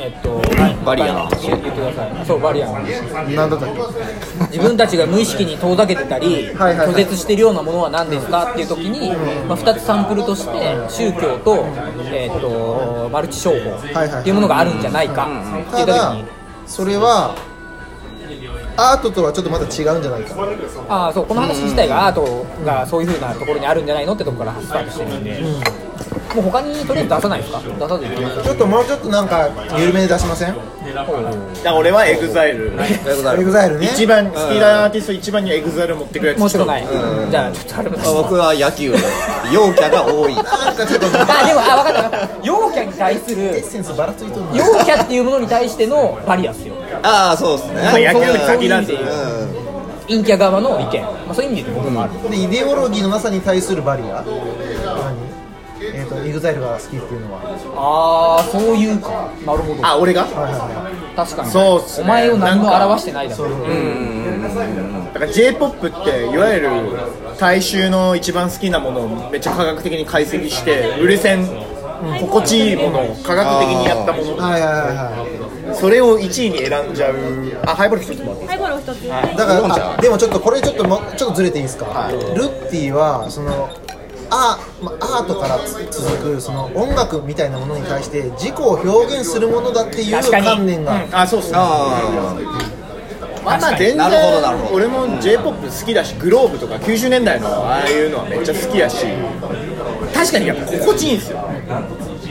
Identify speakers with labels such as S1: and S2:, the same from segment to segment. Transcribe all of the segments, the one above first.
S1: えっと
S2: バリアの話
S1: 言ってくださいそうバリアの話
S3: なんだったっ
S1: 自分たちが無意識に遠ざけてたり
S3: はいはいはい
S1: 拒絶してるようなものは何ですかっていう時に、まあ、2つサンプルとして宗教と,、えっとマルチ商法
S3: はいはい
S1: っていうものがあるんじゃないかって言
S3: け
S1: った
S3: どた
S1: 時
S3: だ
S1: に
S3: それはアートとはちょっとまた違うんじゃないか
S1: ああそうこの話自体がアートがそういうふうなところにあるんじゃないのってところからスタートしてるんで、もう他にとりあえず出さないですか出さずに
S3: ちょっともうちょっとなんか緩めに出しません
S4: から俺はエグザイル
S3: エグザイルね
S4: 一番好きなアーティスト一番にエグザイル持ってくるやつ
S1: もちろんない
S2: うん
S1: じゃあちょっとあれも出し
S2: あ
S1: ます
S2: 僕は野球部陽キャが多い
S3: なんかちょっと
S1: あでもあ分かった陽キャに対する
S3: エッセンスばらついとるな
S1: 陽キャっていうものに対してのバリアっすよ
S2: ああそうですね
S4: まあ野球に限らず
S2: うん
S1: 陰キャ側の意見、まあ、そういう意味で言うと僕もある、
S3: でイデオロギーのなさに対するバリア何えっ、とエグザイルが好きっていうのははい
S1: ああそういうかなるほど
S4: あ俺が
S3: はいはい
S1: 確かに
S4: そうっすね
S1: お前を何も表してないだろ
S3: そう
S1: う
S3: そう
S2: う
S3: そうん
S4: だから J−POP っていわゆる大衆の一番好きなものをめっちゃ科学的に解析して売れ線心地いいものを科学的にやったもの
S3: はいはいはいはい
S4: それを1位に選んじゃうあハイボール一つも
S5: ハイボールを一つ。
S3: だか
S2: 飲んじゃ
S3: ら
S2: う
S3: あでもちょっとこれちょっともちょっとずれていいですか、ルッティはそのあ、まあ、アートからつ続くその音楽みたいなものに対して自己を表現するものだっていう
S1: 確かに
S3: 観念が、
S4: あそうっすね
S2: ああ
S4: まあまあ全然
S2: なるほどなるほど
S4: 俺も J−POP 好きだしグローブとか90年代のああいうのはめっちゃ好きやし確かにやっぱ心地いいんですよ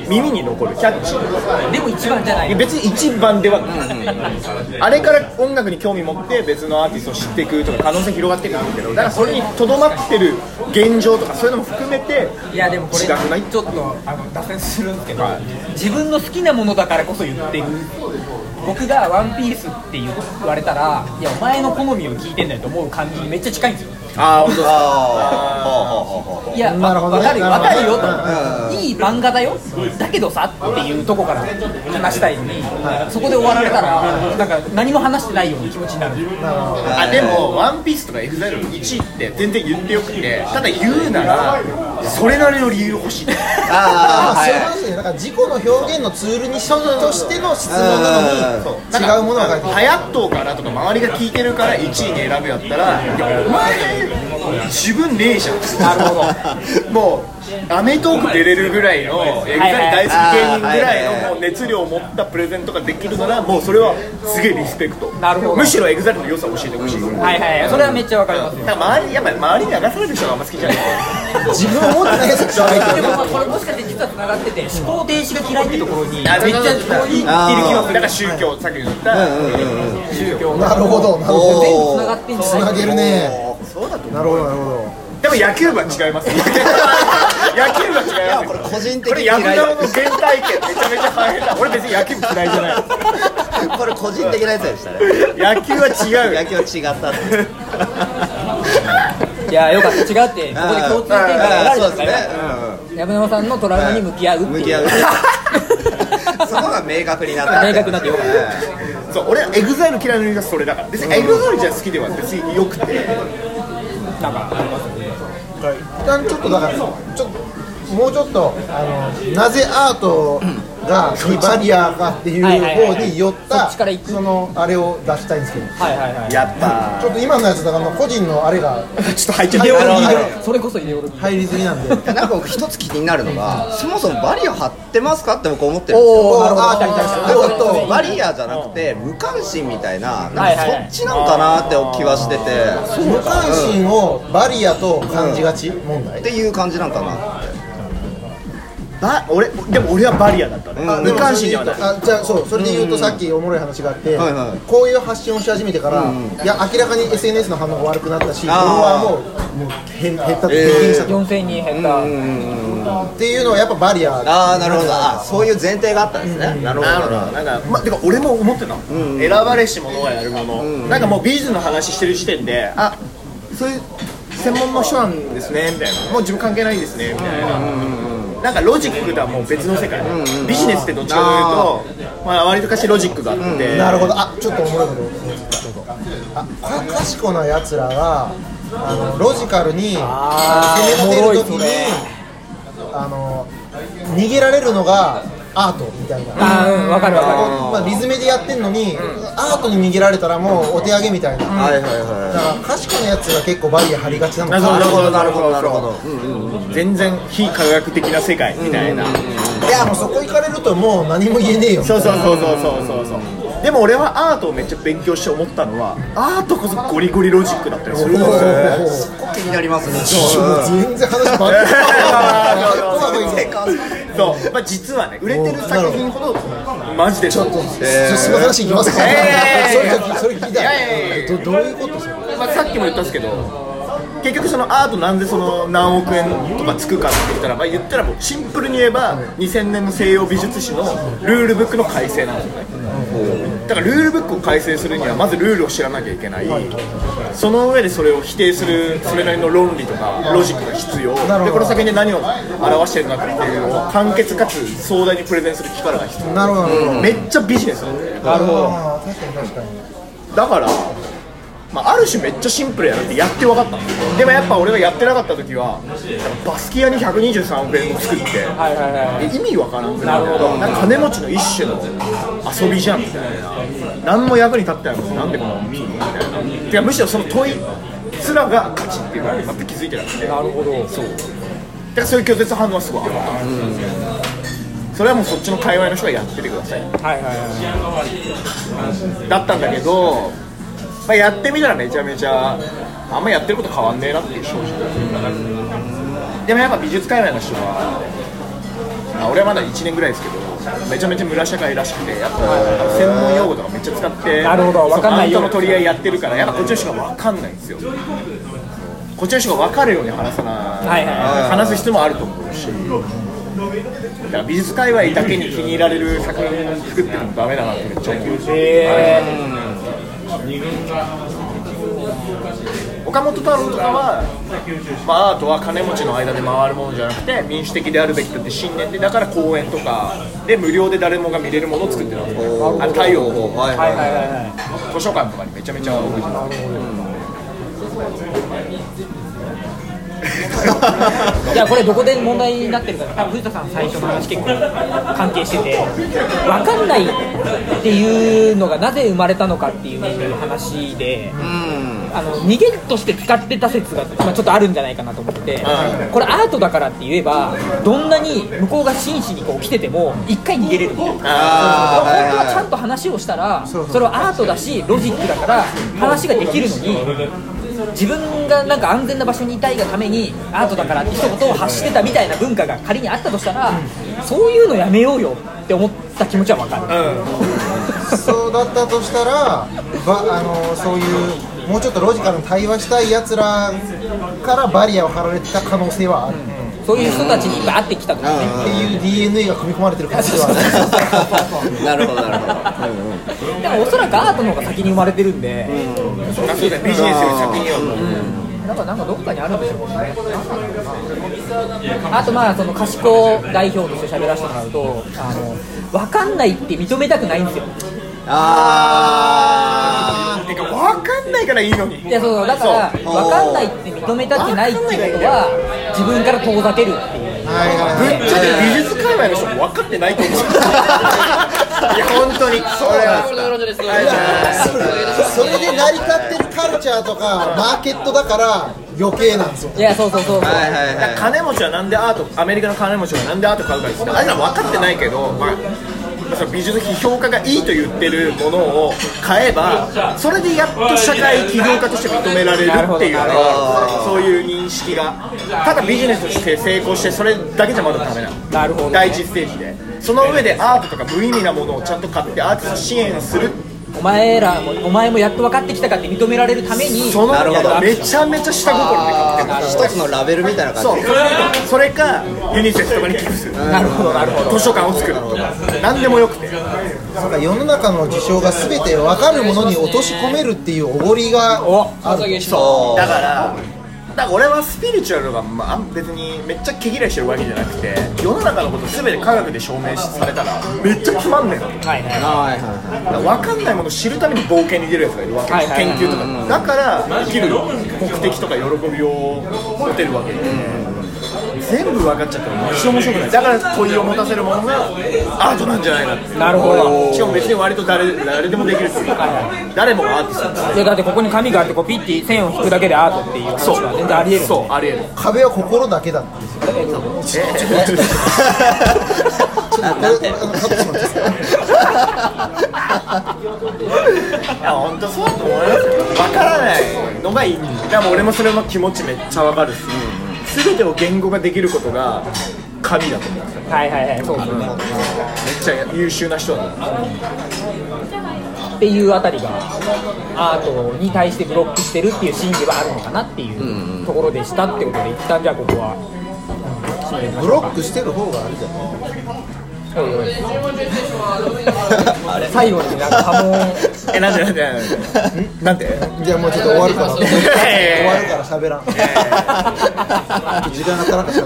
S4: 耳に残るキャッチー
S1: でも一番じゃない
S4: いや別に一番ではないあれから音楽に興味持って別のアーティストを知っていくとか可能性広がっていくんだけどだからそれにとどまってる現状とかそういうのも含めて
S1: いやでもこれ
S4: 違
S1: ちょ
S4: くない
S1: っとあの脱線するんですけど、自分の好きなものだからこそ言ってる僕が「ワンピースって言われたらいやお前の好みを聞いてんだよと思う感じにめっちゃ近いんですよ
S4: ああ本当だ
S2: あ
S1: いや
S3: なるほどね
S1: わかるよ
S3: な
S1: わ
S3: る
S1: かる
S3: ほ
S1: よ
S3: ど
S1: といい漫画だよだけどさっていうとこから話したいのにそこで終わられたらなんか何も話してないような気持ちになる
S4: あでも「ワンピースとか EXILE の1位って全然言ってよくてただ言うならそれなりの理由欲しい
S2: ああ
S3: まあ、
S2: は
S3: そう
S2: い
S3: いう話で、だから自己の表現のツールにしとしての質問なのに
S4: なんか
S3: 違うものが書いて
S4: 流行っとうからとか周りが聞いてるから1位に選ぶやったらいやお前自分ねえじゃんなるほど もう『アメトーーク』出れるぐらいの EXILE 大好き芸人ぐらいのもう熱量を持ったプレゼントができるならもうそれはすげえリスペクト
S1: なるほど
S4: むしろ EXILE の良さを教えてほしいだか
S1: はいはいそれはめっちゃわかりますよ
S4: ら周りやっぱ周りに流される人があんま好きじゃない
S3: 自分を持ってないやつじゃないけ
S1: で
S3: ど
S1: も
S3: ね
S1: まあこれもしかして実は繋がってて思考停止が嫌いってところにめっち
S4: あ
S1: ゃ
S4: めっちゃ
S1: こういい
S4: 言ってる気が
S2: あ
S4: するだから宗教さっき言った宗教
S3: なるほどなるほ
S2: おー
S3: ど
S1: 全部繋がってんじゃ
S3: つ
S1: な
S3: ないげるねなるほどなるほど
S4: でも野球部は違います野球部は違い
S2: こ
S4: ます
S2: れ個人
S4: こ
S2: 的に
S4: れ
S2: 嫌
S4: ヤ
S2: い
S4: ク
S2: だ
S4: ダの原体験めちゃめちゃ大変だ俺別に野球部嫌いじゃ
S2: これ個人的なやつでしたね
S4: ない野球は違う
S2: 野球は違ったっていう
S1: いやよかった違うって ここで共通点が
S2: ああ
S1: 得
S2: そ
S1: ら
S2: う
S1: れ
S2: で
S1: たか
S2: すね
S1: ら山沼さんのトラウマに向き合うって
S2: う
S1: い
S2: ん
S1: う
S2: 向 き合うそこが明確になった
S1: 明確になってよかっ
S4: そう俺はエグザイル嫌いの理由がそれだから別にエグザイルじゃ好きでは別によくて
S3: 一旦ちょっとだからちょっともうちょっとあのなぜアートがにバリアかっていう方に寄っ
S1: はいはいはいそ
S3: た
S1: っちから行く
S3: そのあれを出したいんですけど
S1: はいはいはい
S4: やっぱ
S3: ちょっと今のやつだからもう個人のあれが
S4: ちょっと入っちゃっ
S3: イデオロギー
S4: た
S3: だ
S1: それこそイデオロギー
S3: 入りすぎなんで
S2: いやなんか僕一つ気になるのがそもそもバリア張ってますかって僕思ってるんですよ
S3: おお
S1: なるほど
S3: あー来た来た来た
S2: な
S3: お
S2: んか
S3: っと
S2: こうバリアじゃなくて無関心みたいな
S1: は
S2: ないんか
S1: はいは
S2: そ
S1: い
S2: っちなんかなって気はしてて
S3: 無関心をバリアと感じがち問題
S2: っていう感じなんかな
S4: ば俺でも俺はバリアだったね
S2: うん
S4: 無関心ではない
S3: あじゃあそうそれで言うとさっきおもろい話があって、
S2: はいはい
S3: こういう発信をし始めてから、いや明らかに SNS の反応が悪くなったしフォロワ
S2: あー
S3: ーももう減減った
S2: えー
S3: 減減した
S1: 4000人減った、
S2: うんうんうん
S3: っていうのはやっぱバリア
S2: ああなるほどあそういう前提があったんですねなるほどなるほど
S4: なんか、ま、てか俺も思ってたの、選ばれし者がやるもの、なんかもうビーズの話してる時点であそういう専門の人なんですねみたいなもう自分関係ないんですねみたいな、なんかロジックとはもう別の世界、ビジネスってどっちかというとまあ、割とかしロジックがあって、
S3: なるほどあちょっとおもろいことどうぞあかかしこなやつらがあのロジカルに
S1: あー
S3: 攻め立てるとき
S1: おもろい
S3: にあの逃げられるのがアートみたいな、
S1: ああうんわかるわかる
S3: まあ、リズムでやってんのに、アートに逃げられたらもうお手上げみたいな、だか
S2: はいはいは
S3: ら賢いのやつが結構バリア張りがちなのか
S4: なるほど
S2: いなるほどなるほど
S4: 全然非科学的な世界みたいな、
S3: いやもうそこ行かれるともう何も言えねえよ
S4: そうそうそうそうそうそうそうでも俺はアートをめっちゃ勉強して思ったのはアートこそゴリゴリロジックだったりするんですよ
S2: そこ気になりますね
S3: 全然話バ
S2: そう
S3: ッ
S4: そう、まあ、実はね売れてる作品ほどマジで
S3: ちょっと、えその話いきますか、それ聞いたどどういうことそれ
S4: まあ、さっきも言ったんですけど結局そのアートなんでその何億円とかつくかって言ったら、まあ、言ったらもうシンプルに言えば2000年の西洋美術史のルールブックの改正なんですよねだからルールブックを改正するにはまずルールを知らなきゃいけないその上でそれを否定するそれなりの論理とかロジックが必要
S3: なるほど
S4: でこの先に何を表してるのかっていうのを簡潔かつ壮大にプレゼンする力が必要
S3: なるほど、なる
S4: めっちゃビジネスなんですよ
S3: ほど確かに確かに
S4: だから、まあ、ある種めっちゃシンプルやなってやって分かったのでもやっぱ俺がやってなかった時はバスキアに123億円を作って
S1: はいはいはい
S4: え意味わからんくなるほどなんか金持ちの一種の遊びじゃんみたいな何も役に立ってないことなんでこの見にみたいなてかむしろその問いすらが価値っていうのに全く気づいてなくて
S1: なるほどそう
S4: だからそういう拒絶反応はすごいあったそれはもうそっちの界隈の人がやっててください
S1: はいはいは
S4: だったんだけど、まあ、やってみたらめちゃめちゃあんまやってること変わんねえなっていう正直でもやっぱ美術界隈の人は、まあ、俺はまだ1年ぐらいですけどめちゃめちゃ村社会らしくてやっぱ専門用語とかめっちゃ使って
S1: なるほどわかんないよ
S4: よの取り合いやってるからやっぱこっちの人が分かんないんですよこっちの人が分かるように話さない、
S1: はいは
S4: 話す必要もあると思うしだから美術界隈だけに気に入られる作品作ってもダメだなってめっちゃ思う
S1: いえ
S4: 岡本太郎とかは、まあ、アートは金持ちの間で回るものじゃなくて民主的であるべきだって信念でだから公演とかで無料で誰もが見れるものを作ってたんですよあの太陽の方
S2: はい
S1: ー、はい
S2: は
S1: はいはいはい
S4: 図書館とかにめちゃめちゃ多い
S1: じゃあこれどこで問題になってるか多分藤田さん最初の話結構関係してて分かんないっていうのがなぜ生まれたのかっていう話で、あの逃げとして使ってた説が、まあ、ちょっとあるんじゃないかなと思ってこれアートだからって言えばどんなに向こうが真摯にこう来てても一回逃げれるみたいな。
S2: あーはい
S1: 本当
S2: は
S1: はいちゃんと話をしたらそれはアートだしロジックだから話ができるのに自分がなんか安全な場所にいたいがためにアートだからって一言を発してたみたいな文化が仮にあったとしたらそういうのやめようよって思った気持ちは分かる
S3: そうだったとしたら、ばあのそういうもうちょっとロジカルな対話したいやつらからバリアを張られてた可能性はある、っ
S1: そういう人たちにバーって来たとかね
S3: ていう DNA が組み込まれてる可能性はある。
S2: なるほどなるほどうんうん
S1: でもおそらくアートの方が先に生まれてるんで
S4: そうだビジネスより先にはもう
S1: なんかなんかどっかにあるんでしょうね。あとまあその賢い代表として喋らせてもらうと、あの分かんないって認めたくないんですよ。
S2: あ
S4: てか分かんないからいいのに
S1: いやそうだから
S4: そう
S1: 分かんないって認めたくないっていうことは自分から遠ざけるっていう。
S3: はいはいはい
S4: ぶっちゃけ美術界隈の人も分かってないと思う いや本当にそれは
S3: それで成り立ってるカルチャーとかマーケットだから余計なんですよ
S1: いやそうそうそうそう。
S2: ーはいはいはい
S4: 金持ちはなんでアートアメリカの金持ちはなんでアート買うかですねあれら分かってないけど、まあ、その美術批評家がいいと言ってるものを買えばそれでやっと社会起業家として認められるっていうねそういう認識がただビジネスとして成功してそれだけじゃまだダメなの
S1: なるほどね
S4: 第一ステージでその上でアートとか無意味なものをちゃんと買ってアーティスト支援する
S1: お前らもお前もやっと分かってきたかって認められるために。
S4: その
S2: なるほど
S4: めちゃめちゃ下心で買ってる
S2: あー一つのラベルみたいな
S4: そ
S2: 感
S4: う
S2: じ
S4: それかユニセフとかに寄付する
S1: なるほどなるほど。
S4: 図書館を作るとか何でもよくて
S3: なんか世の中の事象が全て分かるものに落とし込めるっていうおごりが
S1: お
S3: ある
S2: そう
S4: だからだから俺はスピリチュアルが、まあ、別にめっちゃ毛嫌いしてるわけじゃなくて世の中のこと全て科学で証明されたらめっちゃつまんねえなと
S1: はいはい。
S2: はいはいはい
S4: だから分かんないものを知るために冒険に出るやつがいるわけ、
S1: はいはい
S4: 研究とかだから生きる目的とか喜びを持てるわけで、全部分かっちゃったら一生面白くないだから問いを持たせるものがアートなんじゃないかっていう
S1: なるほど
S4: しかも別に割と誰誰でもできるっていうか誰もがアーティストなんですよ
S1: でだってここに紙があってこうピッて線を引くだけでアートっていう話は全然ありえる
S4: そうありえる
S3: 壁は心だけだったんですよ。 ちょっとこれ、あのカットしてもらっていいですか
S4: いや本当そうだと思いますよ分からないのがいいでも俺もそれも気持ちめっちゃ分かるし、全てを言語ができることが神だと思うめっ
S1: はいはいはいそうそう
S4: ちゃ優秀な人だな
S1: っていうあたりがアートに対してブロックしてるっていう心理はあるのかなっていうところでしたってことで一旦じゃあここは締めまし
S3: ブ
S1: ょ
S3: ロ
S1: うか
S3: ックしてる方があるじゃない
S1: おいおい最後になんか波紋
S4: えなんでなんで なんでなんで
S3: じゃあもうちょっと終わるから、終
S4: やいやいや
S3: わるから喋らん。時間が足らんから喋